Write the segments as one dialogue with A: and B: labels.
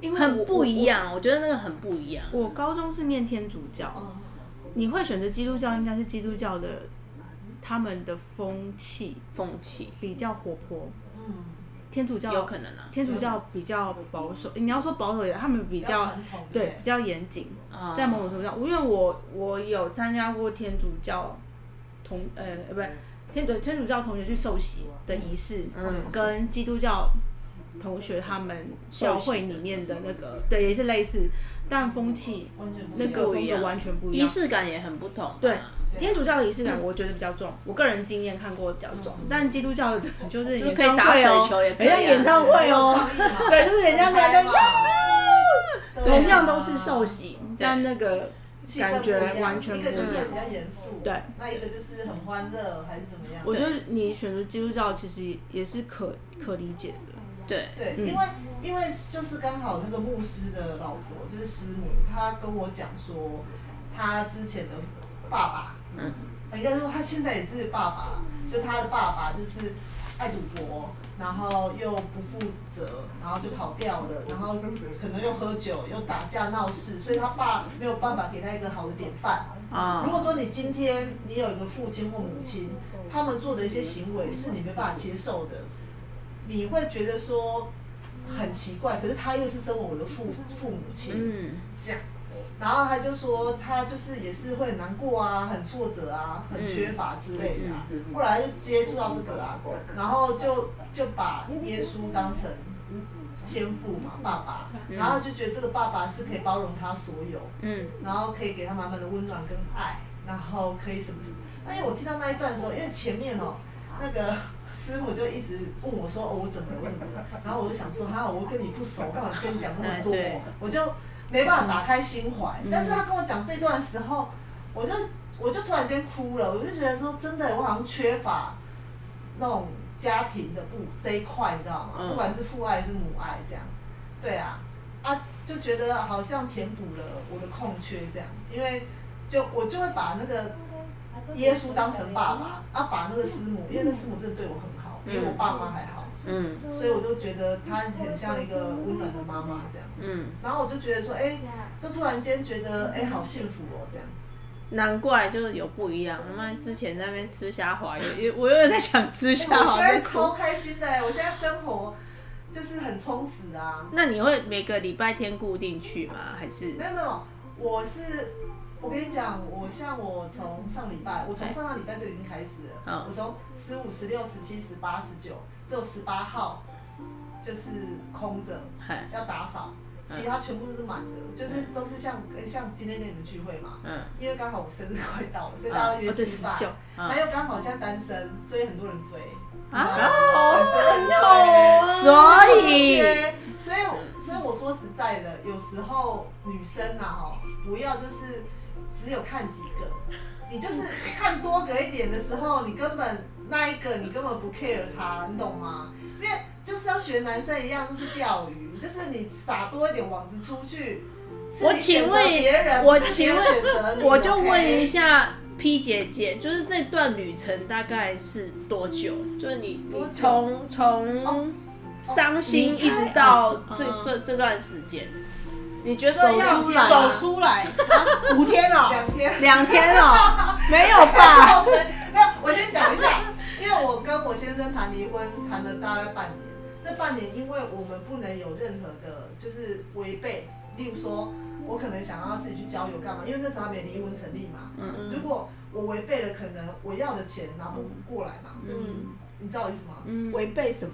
A: 因为
B: 很
A: 我
B: 不一。样，我觉得那个很不一样。
A: 我我高中是念天主教，
B: 嗯
A: 你会选择基督教，应该是基督教的他们的风气
B: 风气嗯
A: 比较活泼。天主教
B: 有可能啊，
A: 天主教比较保守，你要说保守也，他们比较对比较严谨，
B: 啊
A: 在某种程度上，因为我我有参加过天主教同呃呃不是天主天主教同学去受洗的仪式，
B: 嗯
A: 跟基督教同学他们教会里面的那个对也是类似，但风气
B: 哦
A: 那个
B: 不一
A: 风
B: 样
A: 格完全不
B: 仪
A: 一样。
B: 式感也很不同。啊
A: 对，天主教的仪式
B: 嗯
A: 感我觉得比较重，我个人经验看过比较重，但基督教的就是
B: 嗯就是
A: 演
B: 可以
A: 唱
B: 打
A: 会
B: 水
A: 哦，
B: 球也可以
A: 人
B: 啊
A: 家演唱会哦，对，就是人家在那同样都是受洗，
B: 嗯
A: 但那个感觉完全
C: 一
A: 不
C: 个
A: 一
C: 就是
A: 样。
C: 比较严肃，
A: 对，
C: 那一个就是很欢乐还是怎么样？
A: 我觉得你选择基督教其实也是可可理解的，
B: 对，
C: 对，因为因为就是刚好那个牧师的老婆就是师母，她跟我讲说，她之前的爸爸，呃
B: 嗯，
C: 应该说她现在也是爸爸，就她的爸爸就是爱赌博，然后又不负责，然后就跑掉了，然后可能又喝酒又打架闹事，所以她爸没有办法给她一个好的典范。
B: 啊
C: 如果说你今天你有一个父亲或母亲，他们做的一些行为是你没办法接受的，你会觉得说很奇怪，可是他又是身为我的父父母亲
B: 嗯，
C: 这样，然后他就说他就是也是会很难过啊，很挫折啊，很缺乏之类的、啊，后来就接触到这个啊，然后就就把耶稣当成天父嘛，爸爸，然后就觉得这个爸爸是可以包容他所有，
B: 嗯，
C: 然后可以给他满满的温暖跟爱，然后可以什么什么。那因为我听到那一段的时候，因为前面哦，那个师傅就一直问我说：“哦，我怎么了？我怎么了？”然后我就想说：“哈，我跟你不熟，干嘛跟你讲那么多
B: 哎对？”嗯
C: 我就没办法打开心怀。但是他跟我讲这段的时候，我就我就突然间哭了，我就觉得说，真的，我好像缺乏那种家庭的不这一块，你知道吗？
B: 嗯
C: 不管是父爱还是母爱，这样，对啊，啊，就觉得好像填补了我的空缺，这样，因为就我就会把那个耶稣当成爸爸，啊，把那个师母，因为那师母真的对我很好，比我爸妈还好，
B: 嗯
C: 所以我就觉得她很像一个温暖的妈妈这样。
B: 嗯，
C: 然后我就觉得说，哎、就突然间觉得，哎、好幸福哦，这样。
B: 难怪就是有不一样。那之前在那边吃虾滑，也也我又在想吃虾
C: 哎我
B: 滑
C: 现在
B: 被哭
C: 超开心的、哎我现在生活就是很充实啊。
B: 那你会每个礼拜天固定去吗？还是
C: 没有没有，我是我跟你讲，我像我从上礼拜，我从上上礼拜就已经开始了
B: 嗯。
C: 我从十五、十六、十七、十八、十九，只有十八号就是空着
B: 嗨
C: 要打扫，
A: 嗯
C: 其他全部都是满的，就是都是像呃像今天跟你们聚会嘛，
B: 嗯
C: 因为刚好我生日快到了，所以大
B: 啊
C: 家都约
A: 哦对
C: 吃饭
A: 19。
C: 还有刚好现在单身，所以很多人追。
B: 啊哦
C: 很多人追
B: 所以
C: 所以，所以我说实在的，有时候女生呐、啊，哦，不要就是只有看几个，你就是看多个一点的时候，你根本那一个你根本不 care 他，你懂吗？因为就是要学男生一样，就是钓鱼，就是你撒多一点网子出去。是
B: 我
C: 你
B: 请
C: 选择
B: 问
C: 别人，
B: 我
C: 不是
B: 请
C: 别人
B: 问
C: 选择你
B: 我就
C: OK？
B: 问一下 P 姐姐，就是这段旅程大概是多久？就是你
C: 多
B: 你
C: 久
B: 从
C: 哦
B: 从伤心一直到这这这段时间，哦你觉得要
A: 走出来啊，
B: 走出
A: 出来，啊五天哦，
C: 两天。
A: 两天哦，没有吧？
C: 没有，我先讲一下，因为我跟我先生谈离婚谈了大概半年，这半年因为我们不能有任何的，就是违背，例如说我可能想要自己去交友干嘛，因为那时候还没离婚成立嘛。
B: 嗯
C: 如果我违背了，可能我要的钱拿不过来嘛，
A: 嗯，
C: 你知道我意思吗？
B: 嗯
A: 违背什么？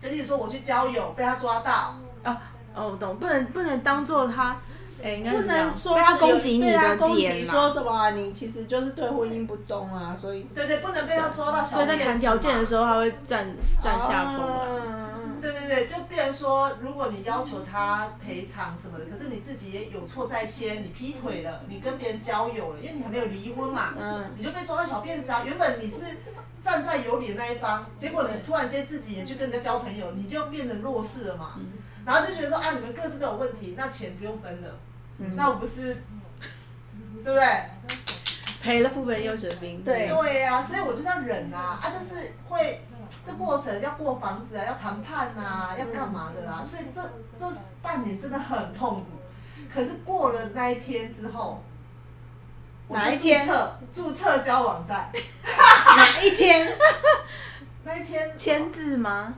C: 就例如说我去交友被他抓到，
A: 哦哦，我懂，不能不能当做他，哎，应该是
D: 不
A: 这样
D: 能说
A: 被他攻击你
D: 被他
A: 的
D: 攻击
A: 点啊啦
D: 说。什么啊、你其实就是对婚姻不忠啊，所以
C: 对对，不能被他抓到小
A: 所
C: 辫
A: 以
C: 子嘛。
B: 哦
A: 在谈条件的时候，他会占占下风啊。
D: 啊。
C: 对对对，就变成说，如果你要求他赔偿什么的，可是你自己也有错在先，你劈腿了，你跟别人交友了，因为你还没有离婚嘛，
B: 嗯
C: 你就被抓到小辫子啊。原本你是站在有理的那一方，结果你突然间自己也去跟人家交朋友，你就变成弱势了嘛。然后就觉得说啊，你们各自都有问题，那钱不用分了，那我不是，对不对？
B: 赔了副本又折兵。
D: 对
C: 对呀、所以我就这样忍啊，啊，就是会这过程要过房子啊，要谈判啊，要干嘛的
A: 嗯
C: 啊，所以这这半年真的很痛苦。可是过了那一天之后，我
A: 哪
C: 就
A: 一
C: 注
A: 天
C: 册注册交友网站，
A: 哪一天？
C: 那一天
B: 签字吗？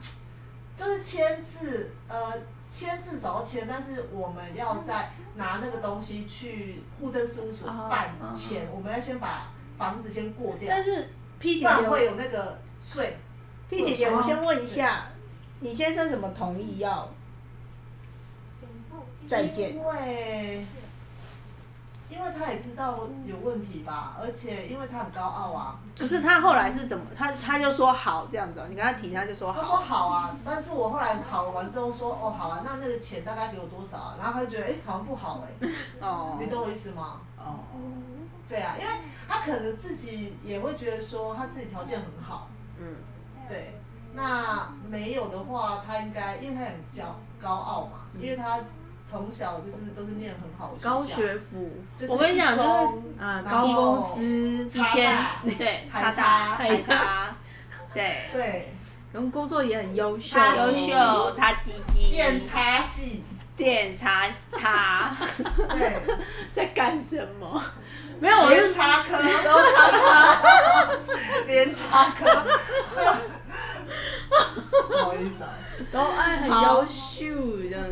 C: 就是签字，呃，签字早就签，但是我们要在拿那个东西去户政事务所
B: 哦
C: 办
B: 哦
C: 签，我们要先把房子先过掉，
A: 但是 P
C: 不
A: 姐
C: 然会
A: 姐
C: 有那个税。
D: P 姐姐，我先问一下，你先生怎么同意要再见？
C: 因为，因为他也知道我有问题吧，而且因为他很高傲啊，
A: 不是她后来是怎么？她她就说好这样子哦，你跟她提，她就说
C: 他
A: 好
C: 说。好啊，但是我后来考完之后说，哦好啊，那那个钱大概给我多少啊？然后他就觉得，哎、好像不好哎、
A: 哦
C: 你懂我意思吗？
A: 哦，
C: 对啊，因为他可能自己也会觉得说他自己条件很好，
B: 嗯，
C: 对，那没有的话，他应该因为他很骄高傲嘛，因为他从小就是都是念很好的学校
B: 高学府
C: 就，是
B: 我跟你讲，就
C: 一中
B: 是啊，
C: 然
B: 高
C: 后
B: 公司
C: 插
B: 以前
C: 大
B: 对
C: 台
B: 大
C: 插
B: 台大，对，
C: 对。
B: 然后工作也很优秀，
C: 插
B: 优
C: 鸡
B: 秀擦鸡鸡，
C: 电插系，
B: 电擦擦，
C: 对，
B: 在 干什么？没有，我
C: 连
B: 是
C: 插科，
B: 都擦擦，
C: 连插科，不好意思啊，
B: 都爱很
D: 优
B: 秀这样。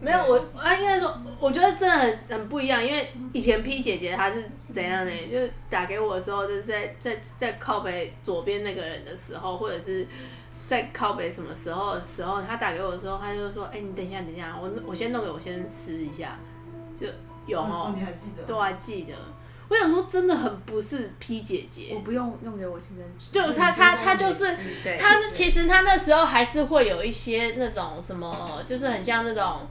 B: 没有我，啊，应该说，我觉得真的很很不一样，因为以前 P 姐姐她是怎样呢？就是打给我的时候，就是在在在靠北左边那个人的时候，或者是在靠北什么时候的时候，她打给我的时候，她就说：“哎、你等一下，等一下，我我先弄给我先生吃一下。”就有哦
C: 哦，，你还记得？
B: 都还记得。我想说，真的很不是 P 姐姐，
E: 不用用给我先生吃，
B: 就她她她就是
E: 对
B: 他是其实他那时候还是会有一些那种什么，就是很像那种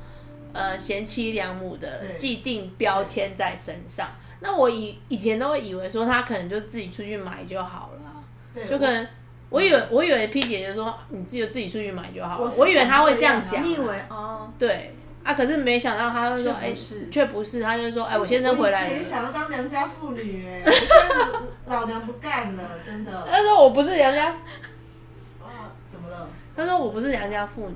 B: 呃贤妻良母的
C: 对
B: 既定标签在身上。那我以以前都会以为说他可能就自己出去买就好了啊，
C: 对
B: 就可能我以为我以为 P 姐姐说你自己就自己出去买就好
C: 我
B: 了，
C: 是
B: 我以为他会这样
C: 想
B: 讲啊，
C: 这样啊
E: 你以为哦，
B: 对啊，可是没想到他会说
E: 却
B: 哎
E: 不是，
B: 却不是，他就说哎，我先生
C: 我
B: 回
C: 以
B: 来
C: 前也
B: 了。
C: 想要当良家妇女哎，我现在老娘不干了，真的。
B: 他说我不是娘家，
C: 啊，怎么了？
B: 他说我不是娘家妇女。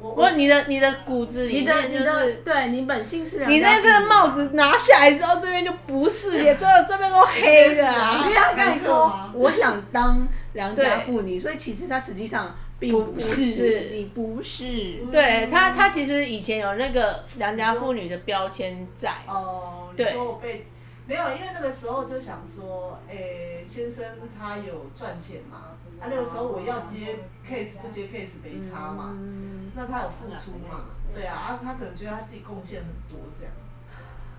C: 我
B: 我你的你的骨子里
A: 你的
B: 面
A: 你
B: 就是
A: 的，对你本性是良
B: 你那
A: 家妇
B: 个
A: 女
B: 帽子拿下来之后，这边就不是，脸，这这边都黑的啊
A: 因。为他跟你
C: 没错
A: 说
C: 啊
A: 我想当良家妇女，所以其实他实际上并
B: 不
A: 是，
B: 是
A: 你不是。
B: 对他，他其实以前有那个良家妇女的标签在。
C: 哦，你
B: 对
C: 说我被没有，因为那个时候就想说，诶、先生他有赚钱嘛，
B: 嗯
C: 啊，那个时候我要接
B: 哦
C: case 不接 case 没差嘛，
B: 嗯
C: 那他有付出嘛，对啊，啊，他可能觉得他自己贡献很多这样。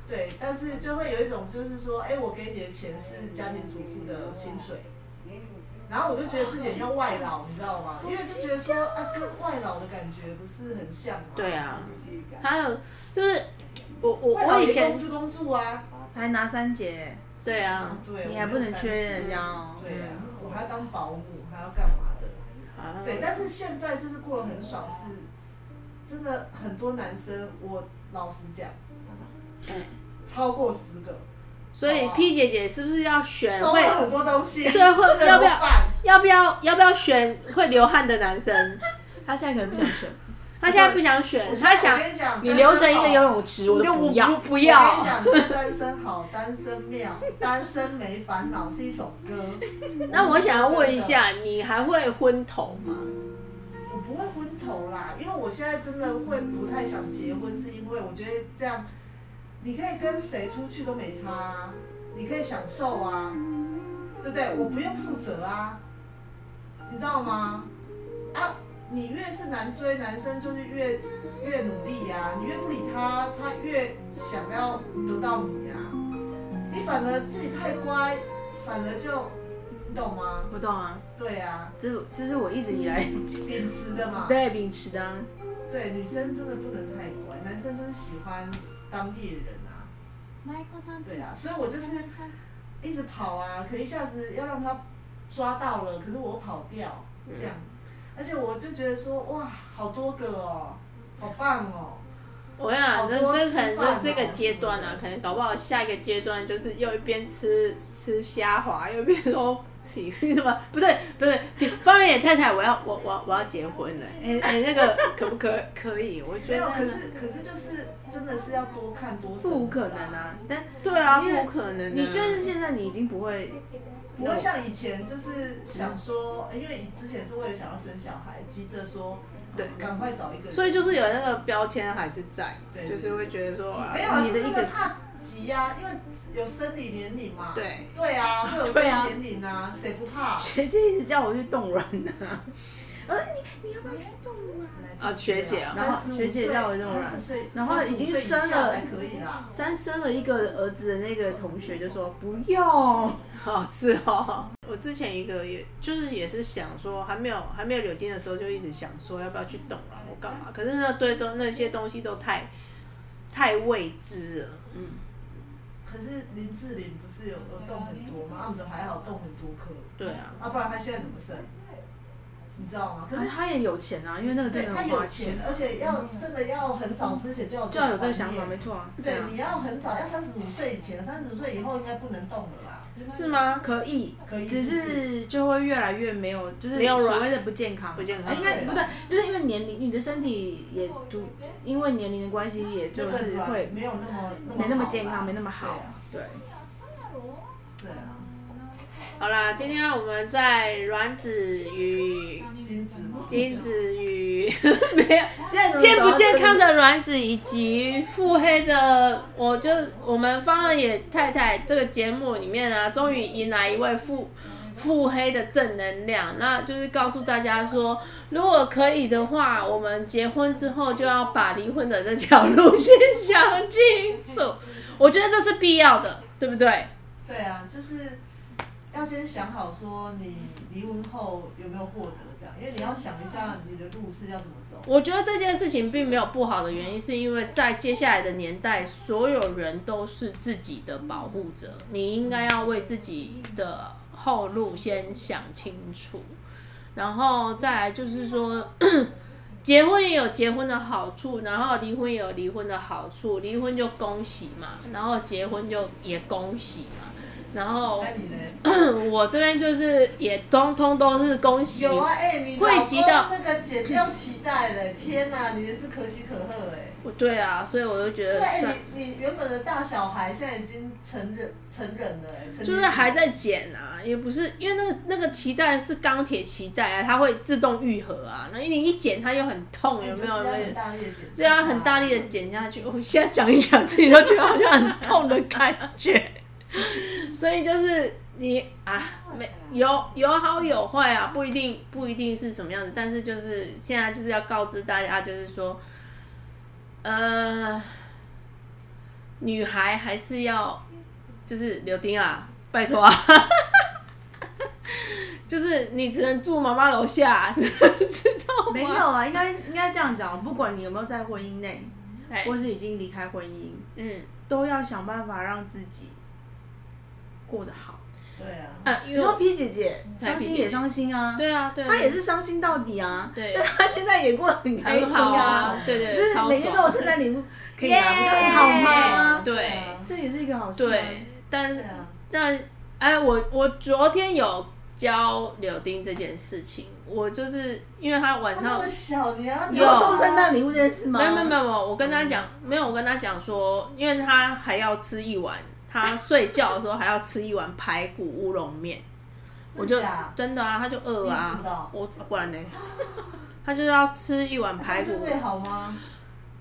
C: 对，但是就会有一种就是说，哎、我给你的钱是家庭主妇的薪水，然后我就觉得自己很像外劳，你知道吗？因为就觉得说啊，跟外劳的感觉不是很像嘛。
B: 对，啊，他有就是我我
C: 外劳
B: 我以
C: 也
B: 前
C: 公司工作啊，
A: 还拿三节，
B: 对啊
C: 对，
A: 你还
C: 我没有
A: 不能
C: 三
A: 缺
C: 级
A: 人家哦。
C: 对呀、我还要当保姆，还要干嘛的？
B: 嗯啊
C: 对，但是现在就是过得很爽，是真的很多男生，我老实讲，超过十个，
B: 嗯所以 P 姐姐是不是要选
C: 哦收
B: 会
C: 了很多东西，
B: 所以会
C: 吃
B: 要
C: 很
B: 不
C: 多
B: 要
C: 饭，
B: 要不要要不要选会流汗的男生？
E: 他现在可能不想选，
B: 他现在不想选，他想
C: 我跟你讲，
A: 你
C: 单身
A: 留成一个
C: 好
A: 游泳池，我
B: 我
A: 都
B: 我
A: 不要。
B: 不
C: 我跟
B: 要
C: 你。讲，是单身好，单身妙，单身没烦恼是一首歌。
B: 那我想要问一下，你还会昏头吗？
C: 我不会昏头啦，因为我现在真的会不太想结婚，是因为我觉得这样，你可以跟谁出去都没差、啊，你可以享受啊，对不对？我不用负责啊，你知道吗？啊，你越是难追，男生就是越越努力呀、你越不理他，他越想要啊得到你呀、你反而自己太乖，反而就懂吗？
B: 我懂啊，
C: 对啊，
B: 这这是我一直以来
A: 嗯
C: 秉持的嘛。
B: 对秉持的、啊。
C: 对，女生真的不能太乖，男生就是喜欢当猎人啊。对啊，所以我就是一直跑啊，可一下子要让他抓到了，可是我跑掉这样，而且我就觉得说哇，好多个哦，好棒哦。
B: 我跟你讲，这
C: 好多
B: 这
C: 吃
B: 可能
C: 饭
B: 是这
C: 啊
B: 个阶
C: 什么
B: 段
C: 的
B: 啊，可能搞不好下一个阶段就是又一边吃吃虾滑，又一边说喜剧嘛，不对不对，方圆野太太，我要我我我要结婚了，哎、 哎、那 个可不可可以？我觉
C: 没有，
B: 得
C: 可是可是就是真的是要多看多
A: 不
C: 不
A: 无可能啊！但
B: 对啊，
A: 因为
B: 不可能、啊，
A: 你跟现在你已经不会，
C: 不会像以前就是想说，因为之前是为了想要生小孩，急着说，
B: 对
C: 赶快找一个人。
B: 所以就是有那个标签还是在嘛，
C: 对
B: 就是会觉得说啊
C: 没有啊，
B: 你
C: 是
B: 的一
C: 真
B: 个
C: 的怕急呀、因为有生理年龄嘛。
B: 对
C: 对啊，会有 生
A: 对啊
C: 理年龄啊，谁不怕？
A: 学姐一直叫我去冻卵呢、啊。
B: 啊学姐啊
A: 然后学姐叫我这种人
C: 三十岁，
A: 啊然后已经生了
C: 35岁以下才可以啦。
A: 三 生了一个儿子的那个同学就说不用，
B: 哦，是哦。 我之前一个也就是也是想说，还没有还没有柳丁的时候，就一直想说要不要去懂了，我干嘛？可是那对都那些东西都太太未知了。
C: 可是林志玲不是有有动很多吗？他们都还好动很多颗，
B: 对啊，
C: 啊，不然她现在怎么生？你知道吗？可
A: 可
C: 是
A: 是他也有钱啊，因为那个真
C: 对
A: 的
C: 她
A: 很
C: 有
A: 花
C: 钱，而且要真的要很早之前就要
A: 就要有这个想法，
C: 观
A: 没
C: 念
A: 错啊。
C: 对，
A: 啊，
C: 你要很早，要三十五岁以前，三十五岁以后应该不能动了啦。
B: 是吗？
A: 可以，
C: 可以
A: 只是就会越来越没有，就是
B: 没有
A: 所
B: 软
A: 谓的不健康，
B: 不健康
A: 哎应该
C: 对
A: 不对，就是因为年龄，你的身体也主，因为年龄的关系，也
C: 就
A: 就是会
C: 没有那么
A: 没那
C: 么
A: 么
C: 好
A: 健康，
C: 啦
A: 没那么好。对，啊
C: 对啊，
B: 好啦，今天我们在卵子与
C: 对啊，精子嘛，
B: 精子与 没有
A: 现在
B: 健不健康？的卵子以及腹黑的，我就我们方乐野太太这个节目里面啊，终于迎来一位腹腹黑的正能量，那就是告诉大家说，如果可以的话，我们结婚之后就要把离婚的这条路先想清楚，我觉得这是必要的，对不对？
C: 对啊，就是要先想好说你离婚后有没有获得这样，因为你要想一下你的路是要怎么走。
B: 我觉得这件事情并没有不好的原因，是因为在接下来的年代，所有人都是自己的保护者，你应该要为自己的后路先想清楚，然后再来就是说。 结婚也有结婚的好处，然后离婚也有离婚的好处，离婚就恭喜嘛，然后结婚就也恭喜嘛，然后
C: 那 你呢？
B: 我这边就是也通通都是恭喜，
C: 有啊，哎、你
B: 汇
C: 老
B: 集到
C: 公那个减掉脐带了，天哪、你也是可喜可贺哎、
B: 对啊，所以我就觉得
C: 对，哎
B: 算
C: 你你原本的大小孩现在已经成人成人了、哎，就
B: 就是还在剪啊，也不是因为那个那个脐带是钢铁脐带啊，它会自动愈合啊，那你一剪它又很痛，有没有？
C: 哎就是要
B: 那
C: 很
B: 个
C: 大力的减，
B: 对啊，很大力的剪下去，我现在讲一讲自己都觉得好像很痛的感觉， 所以就是你啊，没有有好有坏啊，不一定不一定是什么样子，但是就是现在就是要告知大家，就是说，呃，女孩还是要就是柳丁啊，拜托啊。 就是你只能住妈妈楼下，啊 知道吗？
A: 没有啊，应该应该这样讲，不管你有没有在婚姻内，
B: 哎，
A: 或是已经离开婚姻，
B: 嗯，
A: 都要想办法让自己过得好。
C: 对啊，
B: 啊，因
A: 比如
B: 为
A: 说
B: 我
A: P 姐姐
B: 哎
A: 伤
B: P
A: 心
B: 姐姐
A: 也伤心啊，
B: 对啊，对啊，
A: 她也是伤心到底啊，
B: 对
A: 但 她现在也过得很开
B: 很
A: 心
B: 好
A: 啊
B: 啊，，对对，
A: 就是每天都有
B: 超爽
A: 圣诞礼物可以
B: 耶
A: 拿，不是很好吗？
B: 对
C: 啊
A: 这也是一个好事、啊。
B: 对，，但
C: 对
B: 是
C: 啊，
B: 但哎，我我昨天有教柳丁这件事情，我就是因为他晚
C: 他那
B: 上
C: 么小，啊你要
A: 你
C: 有
A: 有送圣诞礼物这件事吗？
B: 没有没有没有，没有我跟他讲没有，我跟他讲说，因为他还要吃一碗，他睡觉的时候还要吃一碗排骨乌龙面。我就
C: 真假
B: 真的啊，他就饿
C: 你
B: 啊
C: 知道，
B: 我不然呢，他就要吃一碗排
C: 排
B: 骨
C: 骨，最好吗？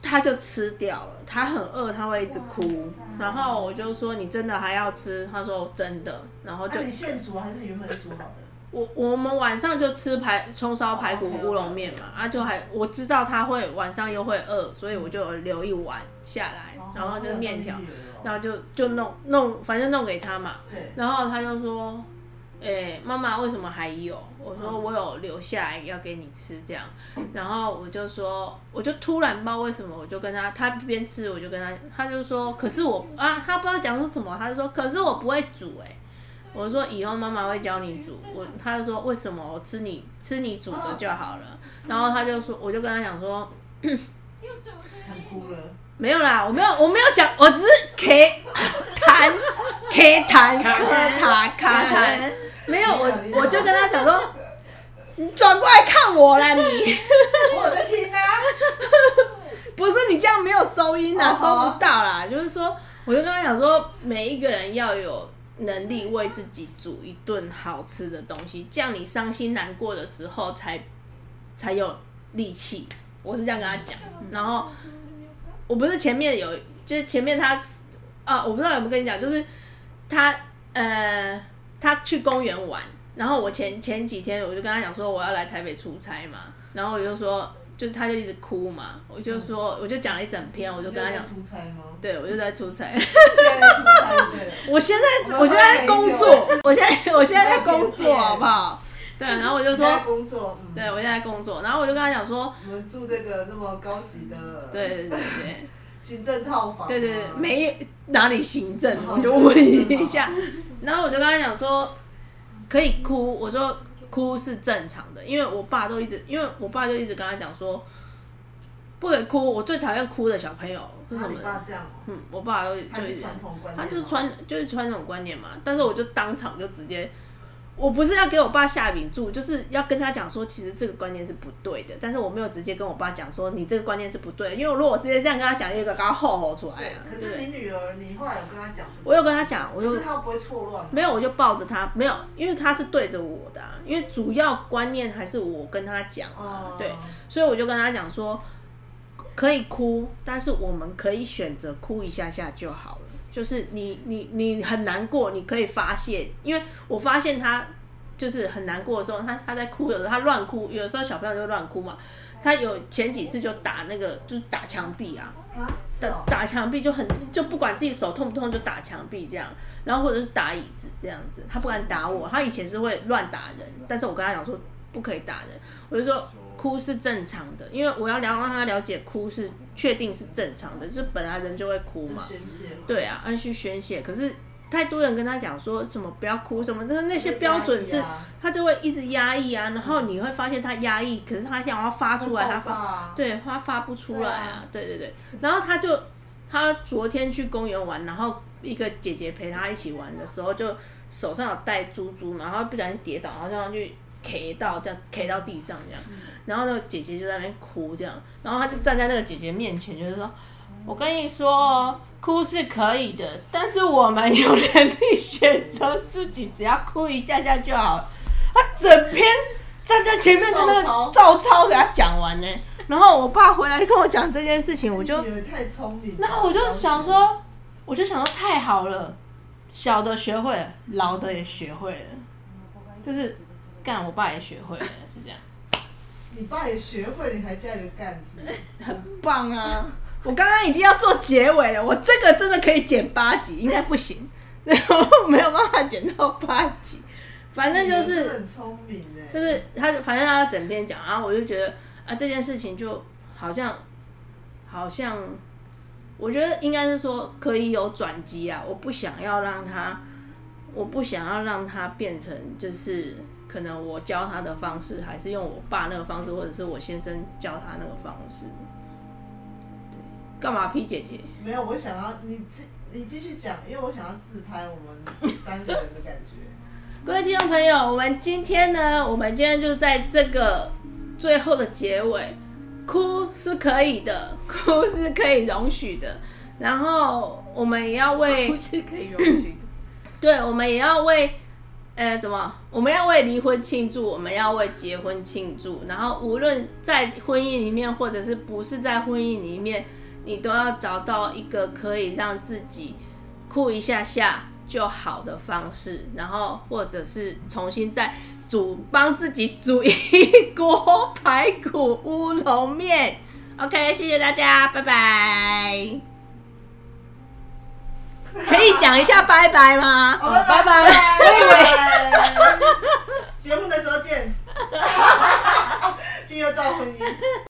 B: 他就吃掉了，他很饿，他会一直哭
C: 哇塞。
B: 然后我就说你真的还要吃？他说真的。然后就、
C: 那啊你现煮还是原本煮好的？
B: 我我们晚上就吃排葱烧排
C: 哦
B: 骨乌龙面嘛，啊就还我知道他会晚上又会饿，所以我就留一碗下来，
C: 哦
B: 然后就是面条，然
C: 后
B: 后就就弄弄，反正弄给他嘛。
C: 对，
B: 然后他就说，哎、诶、妈妈为什么还有？我说我有留下来要给你吃这样，然后我就说，我就突然不知道为什么，我就跟他，他边吃我就跟他，他就说，可是我啊，他不知道讲出什么，他就说，可是我不会煮哎、我说以后妈妈会教你煮，我他就说为什么我吃你吃你煮的就好了，然后他就说，我就跟他讲说，
C: 想哭了。
B: 没有啦，我没有，我没有想，我只是 K 谈 K 谈卡卡卡谈，没有我我就跟他讲说， 你转过来看我啦，你
C: 我在听啊，
B: 不是你这样没有收音啊，
C: 哦好啊
B: 收不到啦，就是说，我就跟他讲说，每一个人要有能力为自己煮一顿好吃的东西，这样你伤心难过的时候才才有力气，我是这样跟他讲，然后。我不是前面有，就是前面他啊，我不知道有没有跟你讲，就是他呃，他去公园玩，然后我前前几天我就跟他讲说我要来台北出差嘛，然后我就说，就是他就一直哭嘛，我就说我就讲了一整篇，我就
C: 你
B: 跟他
C: 在
B: 讲，
C: 出差吗？
B: 对我就在出 差，
C: 现在出差对。
B: 我现在
C: 我
B: 我
C: 们
B: 现在在工
C: 我们
B: 作，我现在我现在在
C: 我们在
B: 工
C: 见
B: 作
C: 面
B: 好不好？对，然后我就
C: 你
B: 说，
C: 在工作，嗯，
B: 对我现在在工作，然后我就跟他讲说，
C: 我们住这个那么高级的
B: 对对对对。
C: 行政套房嘛，
B: 对对对，没哪里行政，我就问一 下。然后我就跟他讲说，可以哭，我说哭是正常的，因为我爸都一直，因为我爸就一直跟他讲说，不可以哭，我最讨厌哭的小朋友是什
C: 那
B: 么
C: 你爸
B: 的。
C: 这样哦，
B: 嗯，我爸都
C: 还
B: 就一
C: 是
B: 直，
C: 传统观念
B: 他
C: 吗，
B: 就是穿就是穿那种观念嘛。但是我就当场就直接。我不是要给我爸下饼注，就是要跟他讲说，其实这个观念是不对的。但是我没有直接跟我爸讲说，你这个观念是不对的，因为如果我直接这样跟他讲，一个给他吼吼出来
C: 对啊
B: 了。
C: 可
B: 对不
C: 是
B: 对
C: 你女儿，你后来有跟她讲这个，
B: 我有跟他讲，我
C: 可
B: 就是
C: 她不会错乱吗，
B: 没有，我就抱着他，没有，因为他是对着我的、啊，因为主要观念还是我跟他讲啊、
C: 哦，
B: 对，所以我就跟他讲说，可以哭，但是我们可以选择哭一下下就好了。就是你你你很难过，你可以发泄，因为我发现他就是很难过的时候，他他在哭，有时候他乱哭，有的时候小朋友就乱哭嘛。他有前几次就打那个，就是打墙壁啊，
C: 啊，是
B: 打
C: 哦，
B: 打墙壁就很就不管自己手痛不痛就打墙壁这样，然后或者是打椅子这样子，他不敢打我，他以前是会乱打人，但是我跟他讲说不可以打人，我就说哭是正常的，因为我要了让他了解哭是确定是正常的，就是本来人就会哭
C: 就
B: 嘛，
C: 宣泄嘛，
B: 对啊，按去宣泄，可是太多人跟他讲说什么不要哭什么，但是那些标准
C: 压
B: 是
C: 抑。啊
B: 他就会一直压抑啊，然后你会发现他压抑，可是他想要发出来，
C: 会
B: 他
C: 爆
B: 发
C: 炸啊，
B: 对，他发不出来啊，对对对。然后他就他昨天去公园玩，然后一个姐姐陪他一起玩的时候，就手上有带珠珠嘛，然后不小心跌倒，然后这样去 K 到这样 K 到地上这样，然后那个姐姐就在那边哭这样，然后他就站在那个姐姐面前，就是说。我跟你说哦，哭是可以的，但是我们有能力选择自己，只要哭一下下就好了。他整篇站在前面跟那个
C: 照抄
B: 照抄给他讲完呢，然后我爸回来跟我讲这件事情，我就
C: 你女儿太聪明了，
B: 然后我就想说，我就想说太好了，小的学会了，老的也学会了，就是干我爸也学会了，是这样，
C: 你爸也学会，你还加一个干字，
B: 很棒啊！我刚刚已经要做结尾了，我这个真的可以剪八集，应该不行， 然后没有办法剪到八集，反正啊就
C: 你女儿真
B: 是
C: 的很聪明哎，
B: 就是他，反正他整篇讲，然后我就觉得啊，这件事情就好像，好像，我觉得应该是说可以有转机啊，我不想要让他，我不想要让他变成就是可能我教他的方式，还是用我爸那个方式，或者是我先生教他那个方式。对，干嘛批姐姐？
C: 没有，我想要你自你继续讲，因为我想要自拍我们三个人的感 觉。
B: 各位听众朋友，我们今天呢，我们今天就在这个最后的结尾，哭是可以的，哭是可以容许的，然后我们也要为
A: 不，是可以容许。
B: 对，我们也要为，呃，怎么？我们要为离婚庆祝，我们要为结婚庆祝，然后无论在婚姻里面，或者是不是在婚姻里面，你都要找到一个可以让自己哭一下下就好的方式，然后或者是重新再煮，帮自己煮一锅排骨乌龙面。OK，谢谢大家，拜拜。可以讲一下拜拜吗？
C: 好，拜拜，拜拜。 第二段婚姻。